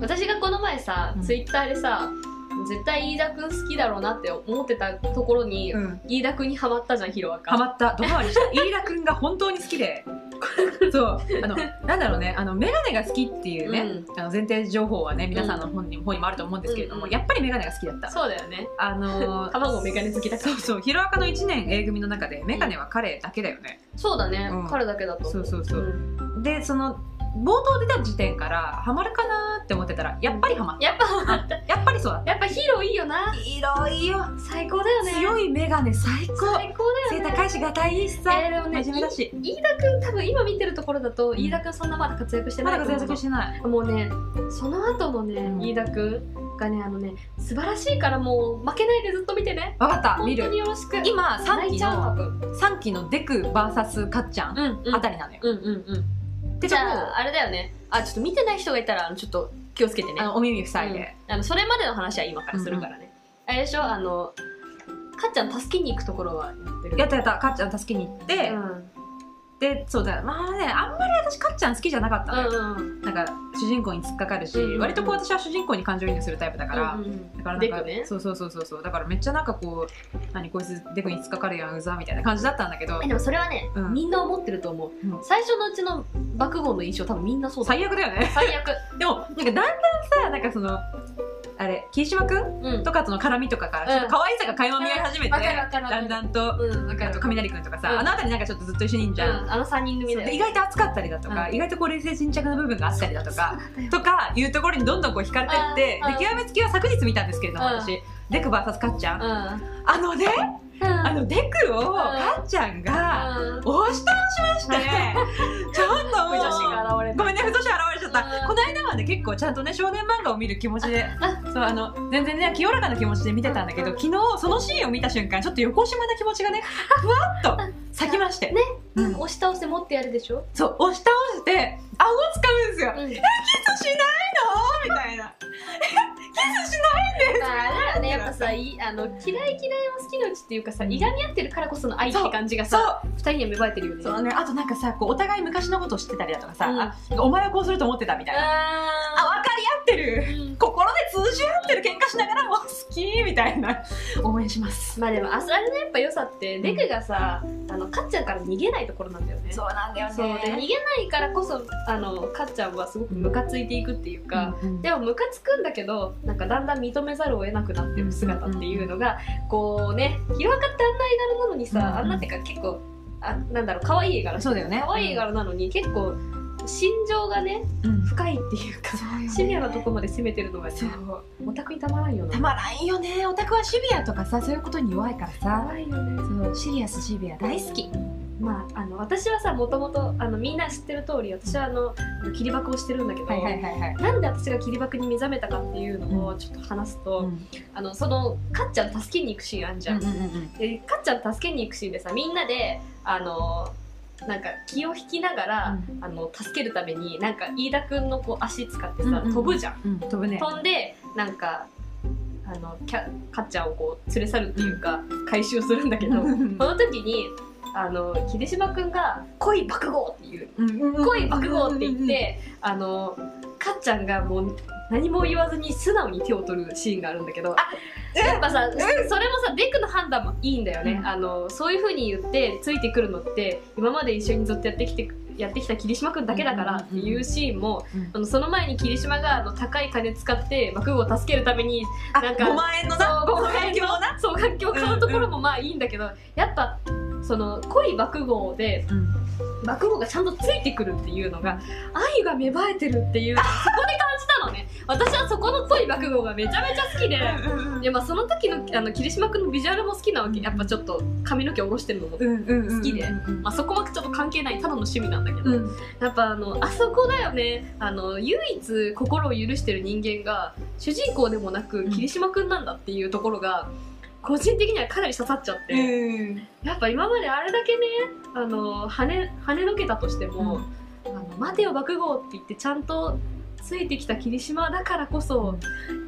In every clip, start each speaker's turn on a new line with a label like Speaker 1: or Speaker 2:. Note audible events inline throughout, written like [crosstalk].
Speaker 1: 私がこの前さ、
Speaker 2: うん
Speaker 1: ツイッターでさ絶対飯田くん好きだろうなって思ってたところに、
Speaker 2: うん
Speaker 1: 飯田くんにハマったじゃんヒロアカ
Speaker 2: ハマったドハマりした
Speaker 1: [laughs]
Speaker 2: 飯田君が本当に好きでそうあのなんだろうねあの眼鏡が好きっていうね、あの前提情報はね皆さんの本に,、本にもあると思うんですけれども、
Speaker 1: うんうん
Speaker 2: やっぱり眼鏡が好きだった
Speaker 1: そうだよね
Speaker 2: あのー
Speaker 1: 卵メガネ好きだか
Speaker 2: そうそうヒロアカの1年 A 組の中で眼鏡は彼だけだよね、
Speaker 1: そうだね、
Speaker 2: うん
Speaker 1: 彼だけだと思
Speaker 2: そうそうそううんでその冒頭出た時点からハマるかなーって思ってたらやっぱりハマっ
Speaker 1: やっぱハマった
Speaker 2: たやっぱりそうだ
Speaker 1: やっぱヒロいいよな
Speaker 2: 広いよ
Speaker 1: 最高だよね
Speaker 2: 強い眼鏡最高
Speaker 1: 最高だ
Speaker 2: 背
Speaker 1: よね
Speaker 2: 高いしがたいいしさ、
Speaker 1: えーでもね
Speaker 2: 真面目だし
Speaker 1: 飯田くん多分今見てるところだと
Speaker 2: ん
Speaker 1: 飯田くんそんなまだ活躍して
Speaker 2: ま
Speaker 1: ない
Speaker 2: だ
Speaker 1: と思う
Speaker 2: 活躍してない
Speaker 1: もうねその後もね、
Speaker 2: ん
Speaker 1: 飯田くんがねあのね素晴らしいからもう負けないでずっと見てね
Speaker 2: わかった見
Speaker 1: 本当
Speaker 2: る
Speaker 1: によろしく
Speaker 2: 今3
Speaker 1: 泣い
Speaker 2: 期
Speaker 1: ちゃう多
Speaker 2: の
Speaker 1: 分
Speaker 2: 3期のデク VS かっちゃん
Speaker 1: うんうん
Speaker 2: あたりなのよ、
Speaker 1: うんうんうん
Speaker 2: で
Speaker 1: じ
Speaker 2: じ
Speaker 1: ゃ
Speaker 2: ゃ
Speaker 1: ああれだよねあちょっと見てない人がいたらあのちょっと気をつけてね
Speaker 2: あのお耳塞いで、
Speaker 1: うんあのそれまでの話は今からするからね、あれでしょあのかっちゃん助けに行くところはやってる
Speaker 2: やったやったかっちゃん助けに行って、
Speaker 1: うん
Speaker 2: でそうだまあねあんまり私かっちゃん好きじゃなかったのよ、
Speaker 1: うんうん
Speaker 2: なんか主人公に突っかかるし、
Speaker 1: うんうん
Speaker 2: 割とこう私は主人公に感情移入するタイプだから、
Speaker 1: うんうん
Speaker 2: だからなん
Speaker 1: デ
Speaker 2: か、
Speaker 1: クね
Speaker 2: そうそうそうそうそうだからめっちゃなんかこう何こいつデクに突っかかるやんうざみたいな感じだったんだけど
Speaker 1: えでもそれはね、
Speaker 2: うん
Speaker 1: みんな思ってると思う、
Speaker 2: うん
Speaker 1: 最初のうちの爆豪の印象多分みんなそうだ
Speaker 2: 最悪だよね [laughs]
Speaker 1: 最悪
Speaker 2: でもなんかだんだんさなんかそのあれ桐島くん
Speaker 1: うん
Speaker 2: とかとの絡みとかからちょっと可愛さが垣間見え始めて、
Speaker 1: わかるわかるわか
Speaker 2: だ
Speaker 1: る
Speaker 2: んだんと、
Speaker 1: うんわか
Speaker 2: あ
Speaker 1: る
Speaker 2: と雷くんとかさ、
Speaker 1: うん
Speaker 2: あの辺りなんかちょっとずっと一緒にいんじ
Speaker 1: う
Speaker 2: ゃん、
Speaker 1: んあの3人組
Speaker 2: そう
Speaker 1: だ
Speaker 2: で意
Speaker 1: よ
Speaker 2: 外と熱かったりだとか、
Speaker 1: うん
Speaker 2: 意外とこう冷静沈着な部分があったりだとか
Speaker 1: そうなんだ
Speaker 2: とかいうところにどんどんこう惹かれてって
Speaker 1: うん
Speaker 2: で極めつきは昨日見たんですけれども
Speaker 1: うん
Speaker 2: 私、デク VS かっちゃん、
Speaker 1: よ
Speaker 2: あのね
Speaker 1: うんうん
Speaker 2: あのデクを
Speaker 1: ん
Speaker 2: かっちゃんが
Speaker 1: うん
Speaker 2: 押し倒しまして
Speaker 1: [laughs]
Speaker 2: ちょっと
Speaker 1: 不
Speaker 2: もう
Speaker 1: 女子が現れ
Speaker 2: ご
Speaker 1: た
Speaker 2: めんね不女子現れちゃった、
Speaker 1: うん
Speaker 2: この間まで結構ちゃんとね少年漫画を見る気持ちで
Speaker 1: あ
Speaker 2: そうあの全然ね清らかな気持ちで見てたんだけど、
Speaker 1: うん
Speaker 2: 昨日そのシーンを見た瞬間ちょっと横島な気持ち
Speaker 1: [laughs]
Speaker 2: がねふわっと咲きまして、
Speaker 1: ね
Speaker 2: う
Speaker 1: うん
Speaker 2: ん、
Speaker 1: 押し倒して持ってやるでしょ
Speaker 2: そう押し倒して顎使うんですよ
Speaker 1: うんだ
Speaker 2: キスしないのみたいなキスしない
Speaker 1: からあれだよねやっぱさいあの嫌い嫌いは好きのうちっていうかさ
Speaker 2: うん
Speaker 1: いがみ合ってるからこその愛って感じが
Speaker 2: そ
Speaker 1: さ二人には芽生えてるよ
Speaker 2: う
Speaker 1: ね
Speaker 2: そうねあとなんかさこうお互い昔のことを知ってたりだとかさ、
Speaker 1: うん
Speaker 2: あお前はこうすると思ってたみたいな、あ
Speaker 1: あ
Speaker 2: 分かり合ってる
Speaker 1: ーうん
Speaker 2: 心で通じ合ってる喧嘩しながらも好きみたいな応援します
Speaker 1: まあでもあそあれのやっぱ良さってデクがさあのかっちゃんから逃げないところなんだよね
Speaker 2: うなんだよ
Speaker 1: そうで逃げないからこそあのかっちゃんはすごくムカついていくっていうか、でもムカつくんだけどなんかだんだん認めざるを得なくなってる姿っていうのが、こうね広がってあんな絵柄なのにさ、
Speaker 2: うんうん
Speaker 1: あんなってか結構あなんだろう可愛い絵柄
Speaker 2: そうだよね
Speaker 1: 可愛い絵柄なのに結構心情がね
Speaker 2: うん
Speaker 1: 深いっていうか
Speaker 2: そうよね
Speaker 1: シビアなとこまで攻めてるのがね
Speaker 2: そう
Speaker 1: オタクにたまらんよな
Speaker 2: たまらんよねオタクはシビアとかさそういうことに弱いからさ
Speaker 1: らんよね
Speaker 2: そうシリアスシビア大好き
Speaker 1: まああの私はさもともとあのみんな知ってる通り私はあの切り箱をしてるんだけど、
Speaker 2: はいはい
Speaker 1: なんで私が切り爆に目覚めたかっていうのをちょっと話すと、
Speaker 2: うん
Speaker 1: あのそのかっちゃん助けに行くシーンあんじゃん、でかっちゃん助けに行くシーンでさみんなであのなんか気を引きながら、あの助けるためになんか飯田くんのこう足使ってさ、
Speaker 2: うんうんうん
Speaker 1: 飛ぶじゃん
Speaker 2: うん飛ぶね
Speaker 1: 飛んでなんかあのキャかっちゃんをこう連れ去るっていうか、回収するんだけどこの時にあの秀島くんが「恋爆豪!」っていう恋爆豪って言って、あのかっちゃんがもう何も言わずに素直に手を取るシーンがあるんだけどやっぱさ、それもさデクの判断もいいんだよね、
Speaker 2: うん
Speaker 1: あのそういう風に言ってついてくるのって今まで一緒にずっとやってきてやってきた霧島くんだけだからっていうシーンも、
Speaker 2: うんうんうん
Speaker 1: あのその前に霧島があの高い金使って爆豪を助けるために
Speaker 2: あ
Speaker 1: なんか
Speaker 2: 5万円のな
Speaker 1: そう5
Speaker 2: 環境な
Speaker 1: そう楽器を買うところもまあいいんだけど、やっぱその濃い爆豪で爆豪がちゃんとついてくるっていうのが愛が芽生えてるっていうそこで感じたのね私はそこの濃い爆豪がめちゃめちゃ好きで。でまあ、その時のあの霧島君のビジュアルも好きなわけやっぱちょっと髪の毛下ろしてるのも、好
Speaker 2: 好
Speaker 1: きでまあ、そこはちょっと関係ないただの趣味なんだけど、
Speaker 2: うん
Speaker 1: やっぱあのあそこだよねあの唯一心を許してる人間が主人公でもなく
Speaker 2: うん
Speaker 1: 霧島君なんだっていうところが個人的にはかなり刺さっちゃって、
Speaker 2: うん
Speaker 1: やっぱ今まであれだけねあの跳ね跳ねのけたとしても「あの待てよ爆豪」って言ってちゃんとついてきた霧島だからこそ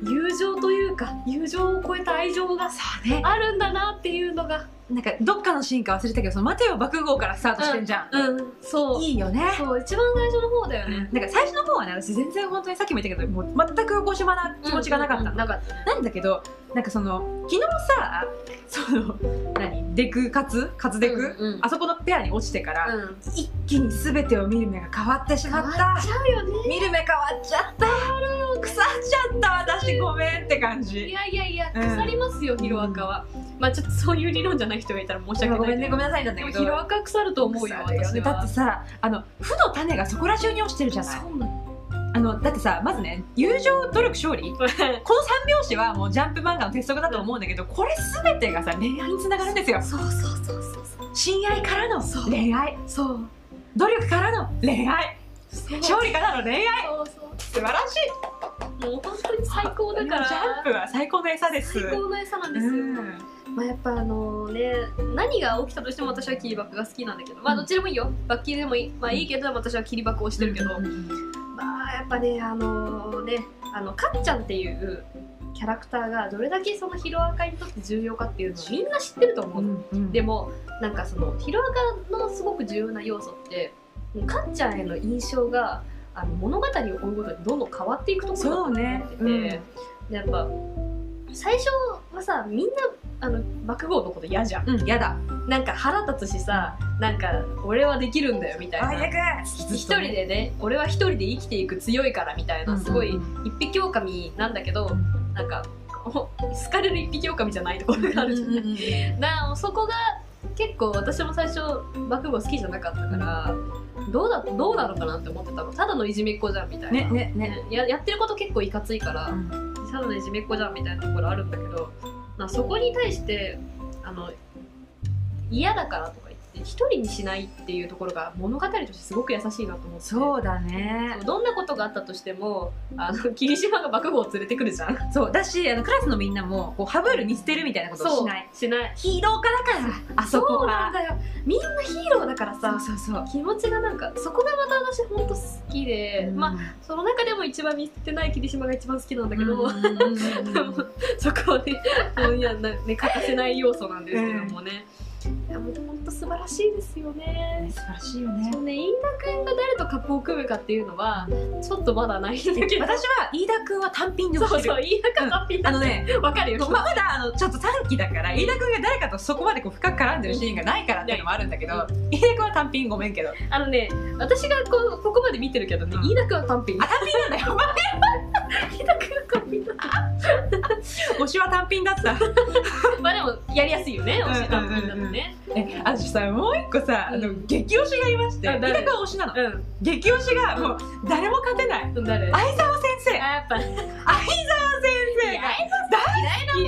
Speaker 1: 友情というか友情を超えた愛情が
Speaker 2: そうね
Speaker 1: あるんだなっていうのが
Speaker 2: なんかどっかのシーンか忘れたけどその待てよ爆豪からスタートしてんじゃん、
Speaker 1: うんそう
Speaker 2: いいよね
Speaker 1: そう一番最初の方だよね
Speaker 2: なんか最初の方はね私全然本当にさっきも言ったけどもう全くごしまな気持ちがなかったの、
Speaker 1: うんうんうんなかった
Speaker 2: なんだけどなんかその昨日さその何デクカツカツデク、
Speaker 1: うんうん
Speaker 2: あそこのペアに落ちてから、
Speaker 1: うん
Speaker 2: 一気に全てを見る目が変わってしまっ
Speaker 1: 変わ
Speaker 2: た
Speaker 1: っちゃうよね
Speaker 2: 見る目変わっちゃった腐っちゃった私ごめんって感
Speaker 1: い
Speaker 2: じ
Speaker 1: やいやいや
Speaker 2: うん
Speaker 1: 腐りますよ、ヒロアカはまあちょっとそういう理論じゃない人がいたら申し訳ない
Speaker 2: ごめんねごめんなさいなんだ
Speaker 1: で
Speaker 2: け
Speaker 1: もヒ
Speaker 2: ど
Speaker 1: ロアカ腐ると思うよ
Speaker 2: 腐る
Speaker 1: 私
Speaker 2: ねだっ
Speaker 1: は
Speaker 2: てさあの負の種がそこら中に落ちてるじゃない
Speaker 1: そうなの
Speaker 2: あのだってさまずね友情努力勝利この三拍子はもうジャンプ漫画の鉄則だと思うんだけどこれ全てがさ恋愛につながるんですよ
Speaker 1: そうそうそうそう
Speaker 2: 親愛からの
Speaker 1: そう
Speaker 2: 恋愛
Speaker 1: そう
Speaker 2: 努力からの恋愛
Speaker 1: そうそう
Speaker 2: 勝利からの恋愛
Speaker 1: そ
Speaker 2: 素晴らしいう
Speaker 1: もう本当に最高だから
Speaker 2: ジャンプは最高の餌です
Speaker 1: 最高の餌なんですよ、
Speaker 2: うん
Speaker 1: まあやっぱあのね何が起きたとしても私はキリバクが好きなんだけどまあどっちでもいいよバッキーでもいいまあいいけど私はキリバクをしてるけど、まあやっぱねあのねあのかっちゃんっていうキャラクターがどれだけそのヒロアカにとって重要かっていうのをみんな知ってると思うの、で
Speaker 2: も
Speaker 1: もなんかそのヒロアカのすごく重要な要素ってかっちゃんへの印象があの物語を追うごとにどんどん変わっていくところだと
Speaker 2: そうね
Speaker 1: 思ってて、でやっぱ最初はさみんなあの爆豪のこと嫌じゃん
Speaker 2: うんやだ
Speaker 1: なんか腹立つしさなんか俺はできるんだよみたいな一人でね俺は一人で生きていく強いからみたいなすごい一匹狼なんだけどなんかお好かれる一匹狼じゃないところがあるじゃないなそこが結構私も最初爆豪好きじゃなかったから、どうだどうなのかなって思ってたのただのいじめっ子じゃんみたいな、
Speaker 2: ねねね
Speaker 1: ねややってること結構いかついから、
Speaker 2: うん
Speaker 1: ただのいじめっ子じゃんみたいなところあるんだけどなそこに対してあの嫌だからとか言って一人にしないっていうところが物語としてすごく優しいなと思って
Speaker 2: そうだね
Speaker 1: そうどんなことがあったとしてもあの霧島が爆豪を連れてくるじゃん
Speaker 2: そうだしあのクラスのみんなもこうハブる見捨てるみたいなことをしない
Speaker 1: しない
Speaker 2: ヒーロー化だからあそ
Speaker 1: そ
Speaker 2: こ
Speaker 1: うなん
Speaker 2: は
Speaker 1: だよみんなヒーローだからさ
Speaker 2: そうそう
Speaker 1: 気持ちがなんかそこがまた私本当好きで、
Speaker 2: そう
Speaker 1: まあその中でも一番見捨ててない霧島が一番好きなんだけど、 [laughs] そこはねそういやなね欠かせない要素なんですけどもね、いやもう本当素晴らしいですよね。
Speaker 2: 素晴らしいよね
Speaker 1: そうね飯田君が誰とカップを組むかっていうのはちょっとまだないんだけど
Speaker 2: 私は飯田君は単品で
Speaker 1: そ
Speaker 2: 推
Speaker 1: う
Speaker 2: して
Speaker 1: そう
Speaker 2: る
Speaker 1: 飯田君カッピ
Speaker 2: あのね
Speaker 1: わかるよ、
Speaker 2: まあまだあのちょっと短期だから飯田君が誰かとそこまでこう深く絡んでるシーンがないからっていうのもあるんだけど飯田君は単品ごめんけどあ
Speaker 1: あのね私がこうここまで見てるけどね、
Speaker 2: うん
Speaker 1: 飯田君は単品 [laughs]
Speaker 2: 単品なんだよ
Speaker 1: 飯田君は単品だ
Speaker 2: 推しは単品だった
Speaker 1: まあでもやりやすいよね推し単品だとね
Speaker 2: えあとさもう一個さあの
Speaker 1: うん
Speaker 2: 激推しがいまして
Speaker 1: あ
Speaker 2: 飯
Speaker 1: 誰
Speaker 2: 田君は推しなの
Speaker 1: うん
Speaker 2: 激推しがもう誰も勝てない
Speaker 1: 誰
Speaker 2: 相沢先生
Speaker 1: あやっぱ嫌い
Speaker 2: 相沢先生が
Speaker 1: な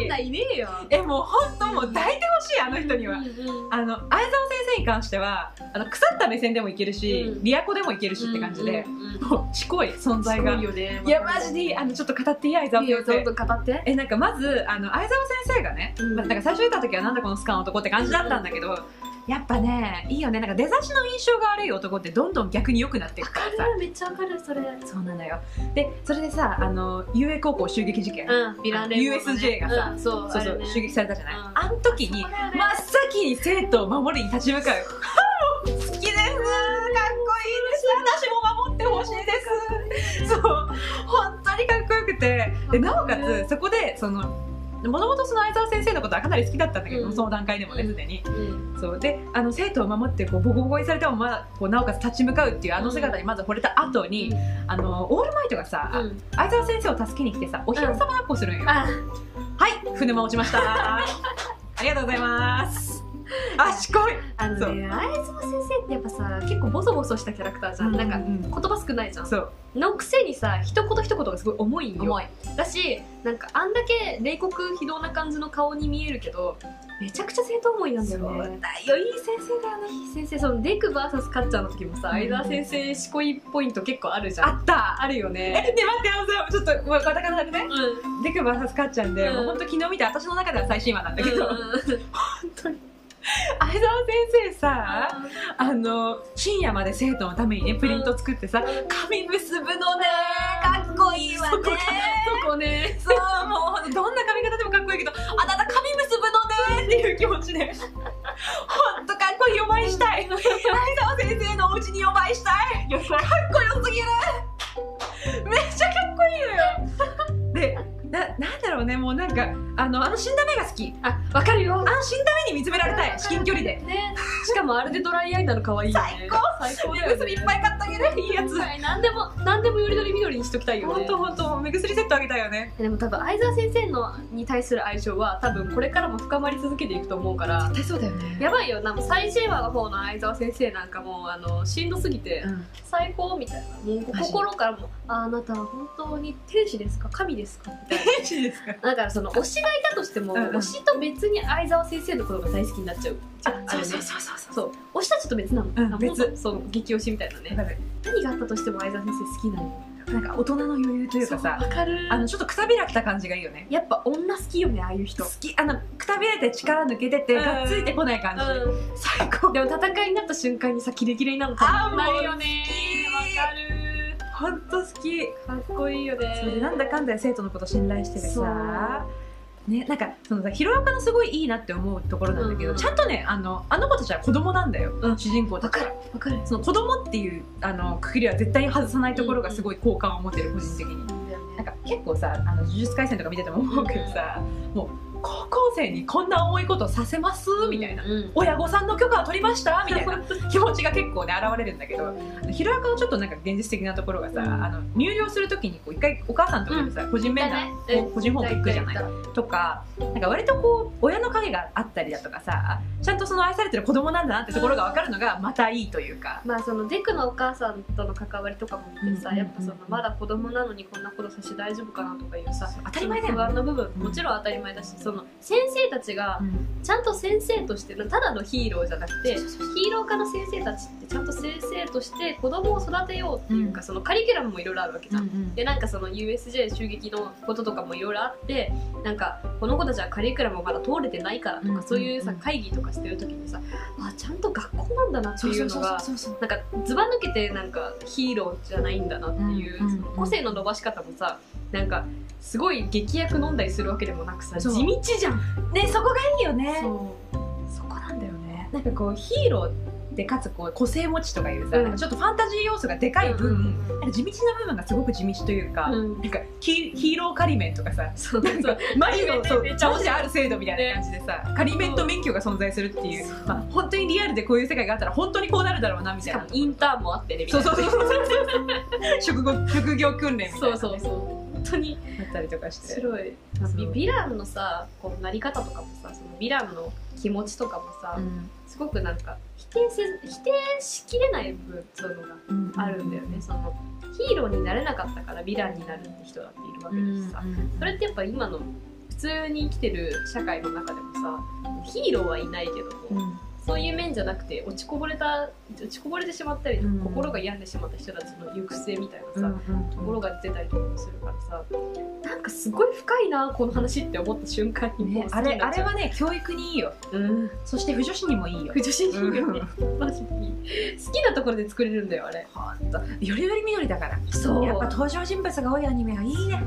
Speaker 1: 女いねえよ
Speaker 2: えもう本当もう抱いてほしいあの人には
Speaker 1: うんうん
Speaker 2: あの相沢先生に関してはあの腐った目線でもいけるし、
Speaker 1: うん
Speaker 2: リアコでもいけるしって感じで
Speaker 1: う、んうんうん
Speaker 2: もうしこい存在が
Speaker 1: すごい
Speaker 2: い
Speaker 1: よね
Speaker 2: やマジでいいあのちょっと語っていい相沢
Speaker 1: いいよど
Speaker 2: 先
Speaker 1: ん
Speaker 2: 生
Speaker 1: どん語って
Speaker 2: えなんかまずあの相沢先生がね、
Speaker 1: うん
Speaker 2: まあ、なんか最初見た時はなんだこのスカン男って感じだったんだけど、やっぱねいいよねなんか出だしの印象が悪い男ってどんどん逆に良くなっていくからさ
Speaker 1: るめっちゃわかるそれう
Speaker 2: そうなのよでそれでさあの UA 高校襲撃事件、
Speaker 1: んヴィランレイボーのね
Speaker 2: USJ がさ
Speaker 1: うんそう
Speaker 2: そうそう、
Speaker 1: あれね
Speaker 2: 襲撃されたじゃない、
Speaker 1: うん
Speaker 2: あの時に
Speaker 1: そう
Speaker 2: 真っ
Speaker 1: だよね
Speaker 2: 先に生徒を守りに立ち向かう好きですかっこいいです私も守ってほしいですそう本当にかっこよくてでなおかつそこでそのもともとその相沢先生のことはかなり好きだったんだけど、
Speaker 1: うん
Speaker 2: その段階でもねすでに、
Speaker 1: うん
Speaker 2: そうであの生徒を守ってこうボコボコにされてもまだこうなおかつ立ち向かうっていうあの姿にまず惚れた後に、
Speaker 1: う
Speaker 2: あのオールマイトがさ、
Speaker 1: うん
Speaker 2: 相沢先生を助けに来てさお昼様抱っこするんよ、
Speaker 1: あ
Speaker 2: はい、船間落ちました。 [laughs] ありがとうございます。あ、しこい。
Speaker 1: あのね相沢先生ってやっぱさ結構ボソボソしたキャラクターじゃんなんか
Speaker 2: うん
Speaker 1: 言葉少ないじゃん
Speaker 2: そう、
Speaker 1: のくせにさ一言一言がすごい重いんよ
Speaker 2: 重い。
Speaker 1: だしなんかあんだけ冷酷非道な感じの顔に見えるけどめちゃくちゃ生徒思いなんだよ
Speaker 2: そうだ
Speaker 1: ねよいい先生だよねいい先生そのデク VS カッチャーの時もさ
Speaker 2: うん
Speaker 1: 相沢先生しこいポイント結構あるじゃん
Speaker 2: あった。
Speaker 1: あるよ
Speaker 2: え、
Speaker 1: ね
Speaker 2: ね、待って、あのさ、ちょっと、わたかなでね
Speaker 1: う、んう
Speaker 2: デクバーサスカッちゃんで、
Speaker 1: うん
Speaker 2: もう本当昨日見て、私の中では最新話なんだけど、
Speaker 1: ん
Speaker 2: 本当に。 [laughs] 相沢先生さ、あの、深夜まで生徒のためにね、プリント作ってさ、髪結ぶのね、かっこいいわ
Speaker 1: そこか
Speaker 2: ね。
Speaker 1: そこね
Speaker 2: そうもうどんな髪型でもかっこいいけどあなた髪結ぶのねっていう気持ちでほんとかっこいいお前したい。前澤先生のお家にお前したい。
Speaker 1: よさ
Speaker 2: かっこよすぎる。めっちゃかっこいいのよ。で、な、なんだろうね、もうなんか、あの、あの死んだ目が好き。
Speaker 1: あわかるよ
Speaker 2: あの死んだ目に見つめられたい。至近距離で。
Speaker 1: ねしかもあれでドライアイなの可愛いよね
Speaker 2: 最高
Speaker 1: 最高だ
Speaker 2: 目
Speaker 1: よ、ね、
Speaker 2: 薬いっぱい買ってあげる。いいやつ。
Speaker 1: はい何でも何でもよりどり緑にしときたいよね
Speaker 2: ほんとほんと、目薬セットあげたいよね。
Speaker 1: でも多分相沢先生のに対する愛情は多分これからも深まり続けていくと思うから
Speaker 2: そうだよね
Speaker 1: やばいよなもう最新話の方の相沢先生なんかもうあのしんどすぎて最高みたいなもう
Speaker 2: マジ
Speaker 1: 心からも「あなたは本当に天使ですか神ですか?」みたい
Speaker 2: 天使ですか
Speaker 1: なだからその推しがいたとしても、
Speaker 2: うんうん
Speaker 1: 推しと別に相沢先生のことが大好きになっちゃう
Speaker 2: うそうそう
Speaker 1: そう推しとはちょっと別なの、
Speaker 2: うん
Speaker 1: あ
Speaker 2: 別
Speaker 1: ほとそう激推しみたいなね
Speaker 2: わかる
Speaker 1: 何があったとしても相沢先生好きなの
Speaker 2: なんか大人の余裕というかさ
Speaker 1: わかる
Speaker 2: あのちょっとくたびれた感じがいいよね
Speaker 1: やっぱ女好きよねああいう人
Speaker 2: 好きあのくたびれて力抜けてて
Speaker 1: うん
Speaker 2: がっついてこない感じ、最高
Speaker 1: でも戦いになった瞬間にさキレキレになるの
Speaker 2: あー
Speaker 1: たまんないよ
Speaker 2: も
Speaker 1: ね
Speaker 2: う
Speaker 1: わかる
Speaker 2: ほんと好き
Speaker 1: かっこいいよね
Speaker 2: それでなんだかんだで生徒のこと信頼してる
Speaker 1: そう
Speaker 2: さね、なんかそのさヒロアカのすごいいいなって思うところなんだけど、
Speaker 1: うん
Speaker 2: ちゃんとねあのあの子たちは子供なんだよ、
Speaker 1: うん
Speaker 2: 主人公
Speaker 1: わ
Speaker 2: たち
Speaker 1: か
Speaker 2: は
Speaker 1: るわかる
Speaker 2: その子供っていうあのくくりは絶対外さないところがすごい好感を持てる個人的になんか結構さあの呪術廻戦とか見てても思うけどさもう高校生にこんな重いことさせますみたいな、
Speaker 1: うん
Speaker 2: 親御さんの許可は取りましたみた
Speaker 1: [laughs]
Speaker 2: いな気持ちが結構ね現れるんだけどヒロアカのちょっとなんか現実的なところがさ、
Speaker 1: うん
Speaker 2: あの入寮するときにこう一回お母さんとかでさ、個人面談、
Speaker 1: うん
Speaker 2: 個人ホーム行くじゃないとかなんか割とこう親の影があったりだとかさちゃんとその愛されてる子供なんだなってところが分かるのがまたいいというか、
Speaker 1: まあそのデクのお母さんとの関わりとかも見てさ、
Speaker 2: うん
Speaker 1: やっぱそのまだ子供なのにこんなことさして大丈夫かなとかいうさ
Speaker 2: 当たり前だよね
Speaker 1: 不安の部分もちろん当たり前だしその先生たちがちゃんと先生としてただのヒーローじゃなくてヒーロー科の先生たちってちゃんと先生として子供を育てようっていうか、
Speaker 2: う
Speaker 1: そのカリキュラムもいろいろあるわけじゃん。
Speaker 2: ん
Speaker 1: でなんかその USJ 襲撃のこととかもいろいろあってなんかこの子たちはカリキュラムまだ通れてないからとか、
Speaker 2: うん
Speaker 1: そういうさ
Speaker 2: うん
Speaker 1: 会議とかしてる時にさあちゃんと学校なんだなって
Speaker 2: そう
Speaker 1: い
Speaker 2: そうう
Speaker 1: の
Speaker 2: そう
Speaker 1: が
Speaker 2: そうそう
Speaker 1: なんかずば抜けてなんかヒーローじゃないんだなっていう、
Speaker 2: うんうん
Speaker 1: その個性の伸ばし方もさなんかすごい劇薬飲んだりするわけでもなくさ地
Speaker 2: そう
Speaker 1: 道じゃん
Speaker 2: ねそこがいいよね
Speaker 1: そうそこなんだよね
Speaker 2: なんかこうヒーローでかつこう個性持ちとかいうさ、
Speaker 1: うん
Speaker 2: なんかちょっとファンタジー要素がでかい分、
Speaker 1: うんうんうん
Speaker 2: なんか地道な部分がすごく地道というか、
Speaker 1: うん
Speaker 2: なんかヒヒーロー仮面とかさ
Speaker 1: そう
Speaker 2: なん
Speaker 1: そう
Speaker 2: かマジのそう
Speaker 1: めっ
Speaker 2: マ
Speaker 1: ちゃ面白い
Speaker 2: ジである制度みたいな感じでさ、仮面と免許が存在するっていう、まあ、本当にリアルでこういう世界があったら本当にこうなるだろうなみた
Speaker 1: [laughs] し
Speaker 2: い
Speaker 1: か
Speaker 2: な
Speaker 1: もインターンもあってねみた
Speaker 2: そ
Speaker 1: いうな
Speaker 2: そうそうそう職業職業訓練みたいな、
Speaker 1: そうそうそう本当に
Speaker 2: だったりとかして
Speaker 1: 白い
Speaker 2: そう
Speaker 1: ビヴィランのさこうなり方とかもさそのヴィランの気持ちとかもさ、
Speaker 2: うん
Speaker 1: すごくなんか否定せず否定しきれない部分そういうのがあるんだよね、そのヒーローになれなかったからヴィランになるって人だっているわ
Speaker 2: う
Speaker 1: け
Speaker 2: ん
Speaker 1: だしさ、それってやっぱ今の普通に生きてる社会の中でもさヒーローはいないけども、
Speaker 2: うん
Speaker 1: そういう面じゃなくて落ちこぼれた落ちこぼれてしまったりとか、
Speaker 2: うん
Speaker 1: 心が病んでしまった人たちの抑制みたいなさ、
Speaker 2: うん
Speaker 1: ところが出てたりとかもするからさなんかすごい深いなこの話って思った瞬間にもう好
Speaker 2: ね
Speaker 1: き
Speaker 2: あ
Speaker 1: に
Speaker 2: れ
Speaker 1: な
Speaker 2: あ
Speaker 1: っち
Speaker 2: れ
Speaker 1: ゃう
Speaker 2: はね教育にいいよ
Speaker 1: うん
Speaker 2: そして不女子にもいいよ
Speaker 1: 不女子人よね、マジに好きなところで作れるんだよあれ
Speaker 2: ほんとよりより緑だから
Speaker 1: そう
Speaker 2: やっぱ登場人物が多いアニメはいいね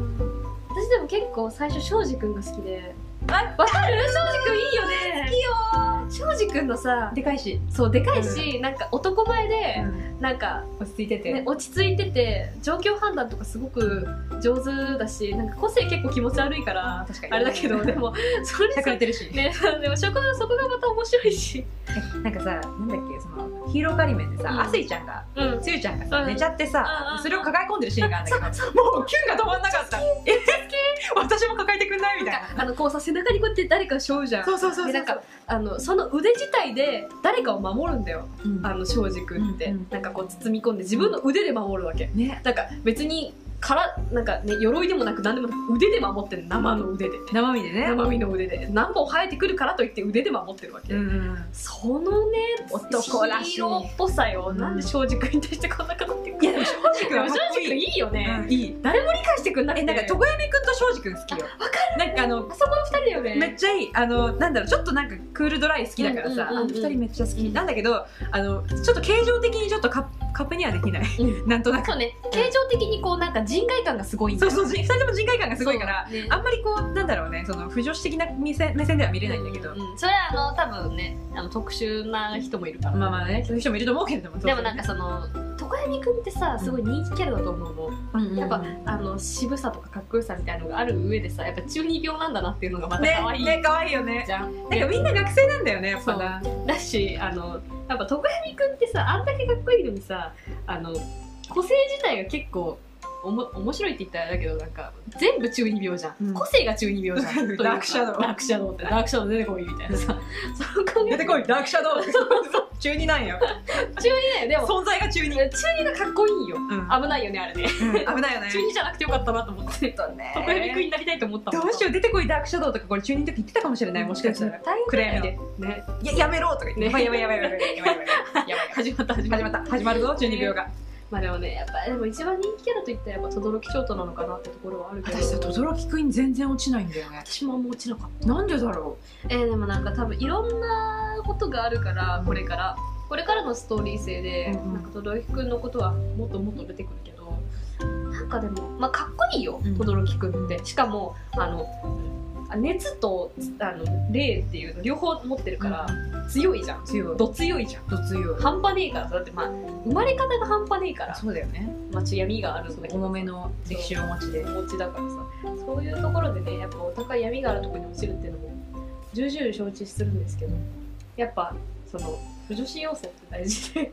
Speaker 1: 私でも結構最初庄司くんが好きで
Speaker 2: わ
Speaker 1: わかる庄司くんいいよね好きよ庄司くんのさ
Speaker 2: でかいし、
Speaker 1: そうでかいし、なんか男前で、なんか
Speaker 2: 落ち着いてて、
Speaker 1: ね、落ち着いてて状況判断とかすごく上手だしなんか個性結構気持ち悪いから
Speaker 2: 確かに
Speaker 1: あれだけどでもそれ
Speaker 2: しゃくれ
Speaker 1: さ
Speaker 2: てるし、
Speaker 1: ね、 [laughs] でもそこそこがまた面白いし、
Speaker 2: なんかさなんだっけそのヒーローカリメンでさ、
Speaker 1: うん
Speaker 2: アスイちゃんが
Speaker 1: うん、
Speaker 2: つゆちゃんがさ、
Speaker 1: うん
Speaker 2: 寝ちゃって
Speaker 1: うん
Speaker 2: さ、
Speaker 1: うん
Speaker 2: それを抱え込んでるシーンがあるん [laughs] だけど、
Speaker 1: そう
Speaker 2: もうキュンが止まんなかったえ私も抱えてくんないみたいな
Speaker 1: あのこうさ背中にこうやって誰かを背負うじゃん
Speaker 2: そうそうそうそう
Speaker 1: でなんかあのその腕自体で誰かを守るんだよあの庄司君って、
Speaker 2: うんうん
Speaker 1: なんかこう包み込んで自分の腕で守るわけ
Speaker 2: ね
Speaker 1: なんか別にからなんかね鎧でもなく何でもなく腕で守ってる生の腕で、
Speaker 2: 生身でね
Speaker 1: 生身の腕で何本生えてくるからといって腕で守ってるわけ、
Speaker 2: うんうん
Speaker 1: そのね
Speaker 2: 男らしい
Speaker 1: ヒーローっぽさよ、
Speaker 2: うん
Speaker 1: なんで庄司君に対してこんな語ってく
Speaker 2: いや
Speaker 1: る
Speaker 2: でも庄司
Speaker 1: で
Speaker 2: 君は
Speaker 1: も
Speaker 2: か
Speaker 1: 庄
Speaker 2: っこ
Speaker 1: 司君
Speaker 2: いい、
Speaker 1: いいよね、
Speaker 2: うんいい
Speaker 1: 誰も理解してくんなくて
Speaker 2: えなんか
Speaker 1: そ
Speaker 2: 戸越君と庄司君好きよ
Speaker 1: あわか
Speaker 2: るなんかあの
Speaker 1: この二人だよね
Speaker 2: めっちゃいいあのなんだろうちょっとなんかクールドライ好きだからさ、
Speaker 1: うんうんうんうん
Speaker 2: あの二人めっちゃ好き、
Speaker 1: うん
Speaker 2: なんだけどあのちょっと形状的にちょっとカッカップにはできない、
Speaker 1: う
Speaker 2: なんとなく
Speaker 1: そうね形状的にこうなんか人外観がすごいんだ
Speaker 2: そう
Speaker 1: よ
Speaker 2: そう2人とも人外観がすごいから、
Speaker 1: そうね
Speaker 2: あんまりこうなんだろうねその不女子的な目線目線では見れないんだけど、
Speaker 1: うんうんそれはあの多分ねあの特殊な人もいるから、
Speaker 2: まあまあねそういう人もいると思うけれども
Speaker 1: でもなんかその常闇君ってさすごい人気キャラだと思うの、
Speaker 2: そうそう
Speaker 1: やっぱ
Speaker 2: ね
Speaker 1: あの渋さとかかっこよさみたいなのがある上でさやっぱ中二病なんだなっていうのがまた可愛い
Speaker 2: ね可愛いよね
Speaker 1: じゃん、
Speaker 2: なんかみんな学生なんだよねやっぱな
Speaker 1: だしあのやっぱ常闇君ってさあんだけかっこいいのにさあの個性自体が結構おも面白いって言ったらあれだけどなんか全部中二病じゃん、
Speaker 2: うん
Speaker 1: 個性が中二病じゃん
Speaker 2: [laughs]
Speaker 1: というか
Speaker 2: ダークシャドウ
Speaker 1: ダークシャドウってダークシャドウ出てこいみたいなさそう考え
Speaker 2: 出てこいダークシャドウ [laughs] 中二なんよ
Speaker 1: 中二だよでも
Speaker 2: 存在が中二、
Speaker 1: 中二がかっこいいよ
Speaker 2: うん
Speaker 1: 危ないよねあれね
Speaker 2: 危ないよね
Speaker 1: 中二じゃなくてよかったなと思って
Speaker 2: とね
Speaker 1: 常闇君になりたいと思った
Speaker 2: どうしよう出てこいダークシャドウとかこれ中二の時言ってたかもしれ
Speaker 1: う
Speaker 2: ないもしかしたら
Speaker 1: 大
Speaker 2: 暗
Speaker 1: 変
Speaker 2: 闇
Speaker 1: だ
Speaker 2: で
Speaker 1: よね
Speaker 2: ややめろとか言って、
Speaker 1: ね
Speaker 2: やばいやばいやばいやばいやばいやばいやばい
Speaker 1: やばい始まった始まっ
Speaker 2: 始
Speaker 1: た
Speaker 2: まった始まるぞ中二病が
Speaker 1: まあでもねやっぱでも一番人気キャラといったらやっぱ轟翔太なのかなってところはあるけど
Speaker 2: 私さ轟くん全然落ちないんだよね
Speaker 1: 私もあんま落ちなかっ
Speaker 2: なんでだろ
Speaker 1: たえー、でもなんか多分いろんなことがあるからこれからこれからのストーリー性で、
Speaker 2: うんうん
Speaker 1: なんか轟くんのことはもっともっと出てくるけどなんかでもまあかっこいいよ
Speaker 2: うん
Speaker 1: 轟くんって、しかもあのあ熱とあの霊っていうの両方持ってるから強いじゃん
Speaker 2: う強い
Speaker 1: ど強いじゃん
Speaker 2: ど強い
Speaker 1: 半端ねえからだってまあ生まれ方が半端ねえから、
Speaker 2: そうだよね
Speaker 1: まあ、ちょっと闇があるんだけど
Speaker 2: 重めの歴史をお持ちで
Speaker 1: お持ちだからさそういうところでねやっぱお互い闇があるところに落ちるっていうのも重々承知するんですけどやっぱその不女子要素って大事で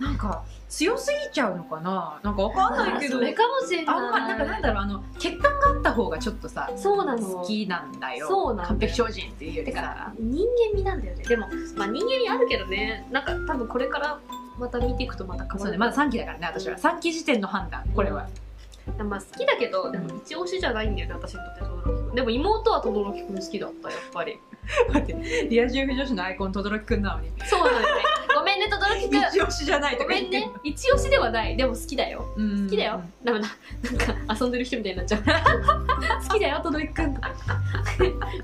Speaker 2: なんか強すぎちゃうのかななんかわかんないけど
Speaker 1: それかもしれない
Speaker 2: あんまなんかなんだろうあの欠陥があった方がちょっとさ
Speaker 1: そうなの
Speaker 2: 好きなんだよ
Speaker 1: そうなんだよ
Speaker 2: 完璧超人っていうより
Speaker 1: て
Speaker 2: さ
Speaker 1: か人間味なんだよねでも、まあ、人間味あるけどねなんか多分これからまた見ていくとまた変
Speaker 2: そ
Speaker 1: わ
Speaker 2: う
Speaker 1: る
Speaker 2: ねまだ3期だからね私は3期時点の判断これは、
Speaker 1: まあ好きだけどでも一押しじゃないんだよね私にとって轟くんでも妹は轟くん好きだったやっぱり
Speaker 2: 待ってリア充女子のアイコン轟くんなのに
Speaker 1: そうなんだよねごめんね轟くん
Speaker 2: 一押しじゃないと
Speaker 1: ご
Speaker 2: か
Speaker 1: め
Speaker 2: 言っ
Speaker 1: ん
Speaker 2: て
Speaker 1: ね一押しではないでも好きだよ
Speaker 2: 好
Speaker 1: 好きだよ、ダメだなんか遊んでる人みたいになっちゃう [laughs] 好きだよ轟くんとか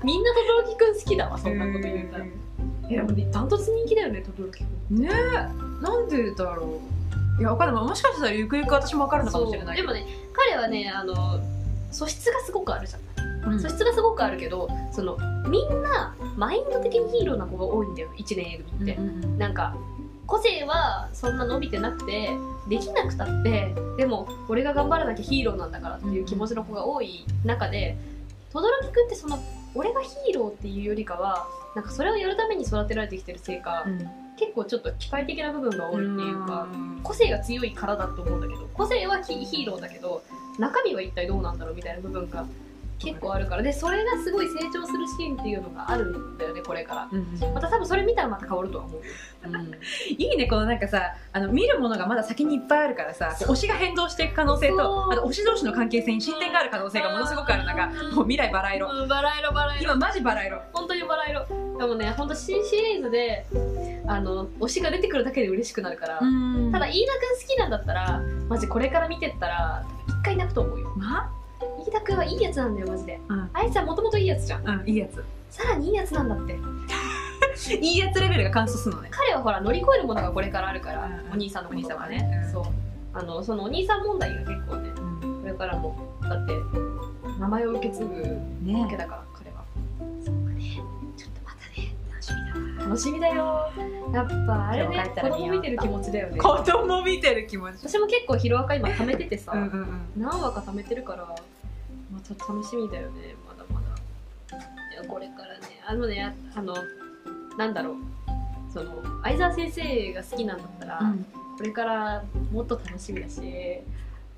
Speaker 1: みんな轟くん好きだわそんなこと言うたらえでもねダントツ人気だよね轟くん
Speaker 2: ねえなんでだろういやわかんないもしかしたらゆくゆく私もわかるのかもしれない
Speaker 1: でもね彼はねあの素質がすごくあるじゃん、
Speaker 2: うん
Speaker 1: 素質がすごくあるけどそのみんなマインド的にヒーローな子が多いんだよ1年 A 組って、
Speaker 2: うんうん
Speaker 1: なんか個性はそんな伸びてなくてできなくたってでも俺が頑張らなきゃヒーローなんだからっていう気持ちの子が多い中で轟くんってその俺がヒーローっていうよりかはなんかそれをやるために育てられてきてるせいか、
Speaker 2: うん
Speaker 1: 結構ちょっと機械的な部分が多いっていうか、
Speaker 2: うん
Speaker 1: 個性が強いからだと思うんだけど個性はヒヒーローだけど中身は一体どうなんだろうみたいな部分が結構あるからでそれがすごい成長するシーンっていうのがあるんだよねこれから
Speaker 2: うん
Speaker 1: また多分それ見たらまた変わるとは思う
Speaker 2: いいねこのなんかさあの見るものがまだ先にいっぱいあるからさこう推しが変動していく可能性
Speaker 1: そ
Speaker 2: と
Speaker 1: う
Speaker 2: あと推し同士の関係性に進展がある可能性がものすごくある中
Speaker 1: うん
Speaker 2: もう未来バラ色
Speaker 1: うんバラ色バラ色
Speaker 2: 今マジバラ色
Speaker 1: 本当にバラ色でもね本当新シリーズであの推しが出てくるだけで嬉しくなるから、ただ飯田君好きなんだったらマジこれから見てったら一回泣くと思うよ
Speaker 2: ま
Speaker 1: 飯田君はいいやつなんだよマジで、
Speaker 2: うん
Speaker 1: あいつはもともといいやつじゃん
Speaker 2: あうんいいやつ
Speaker 1: さらにいいやつなんだって
Speaker 2: いいやつレベルが完走するのね
Speaker 1: 彼はほら乗り越えるものがこれからあるから、
Speaker 2: うん
Speaker 1: お兄さんのことがね
Speaker 2: お兄様ねうん
Speaker 1: そうあのそのお兄さん問題が結構ねこれからもだって名前を受け継ぐわけ
Speaker 2: ね
Speaker 1: だから彼はそうかねちょっとまたね楽しみだよやっぱあれ
Speaker 2: 今日
Speaker 1: ね
Speaker 2: 帰った
Speaker 1: 子
Speaker 2: ら
Speaker 1: 供
Speaker 2: 見よう
Speaker 1: 見てる気持ちだよね
Speaker 2: 子供見てる気持ち
Speaker 1: 私も結構ヒロアカ今貯めててさ、
Speaker 2: うんうんうん
Speaker 1: 何話か貯めてるから、まあ、ちょっと楽しみだよねまだまだいやこれからねあのねああのなんだろうその相沢先生が好きなんだったら、
Speaker 2: うん
Speaker 1: これからもっと楽しみだし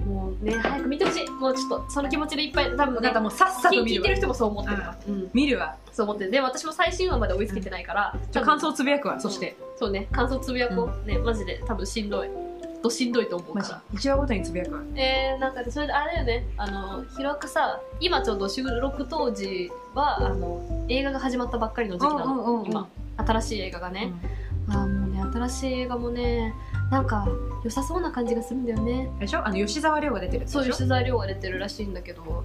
Speaker 1: もうね早く見てほしいもうちょっとその気持ちでいっぱい多分
Speaker 2: だから
Speaker 1: ね
Speaker 2: もうさっさ
Speaker 1: 聞
Speaker 2: と
Speaker 1: い聞
Speaker 2: 見
Speaker 1: い
Speaker 2: る
Speaker 1: て
Speaker 2: わ
Speaker 1: る人もそう思ってるわ、うん
Speaker 2: 見るわ
Speaker 1: そう思ってるで私も最新話まで追いつけてないから、
Speaker 2: ち
Speaker 1: 多
Speaker 2: ょ
Speaker 1: 分
Speaker 2: 感想つぶやくわそして
Speaker 1: そうね感想つぶやこう、ねマジで多分しんどいとしんどいと思う
Speaker 2: マ
Speaker 1: か
Speaker 2: ジ
Speaker 1: ら
Speaker 2: 一話ごとにつぶやくわ
Speaker 1: えー、なんかそれであれだよねあのヒロアカさ今ちょうど収録当時はあの映画が始まったばっかりの時期なの、
Speaker 2: うんうんうんうん
Speaker 1: 今新しい映画がね、ああもうね新しい映画もねなんか良さそうな感じがするんだよね
Speaker 2: でしょあの吉沢亮が出てるやつ
Speaker 1: そう
Speaker 2: で
Speaker 1: いう
Speaker 2: しょ
Speaker 1: 取材料が出てるらしいんだけど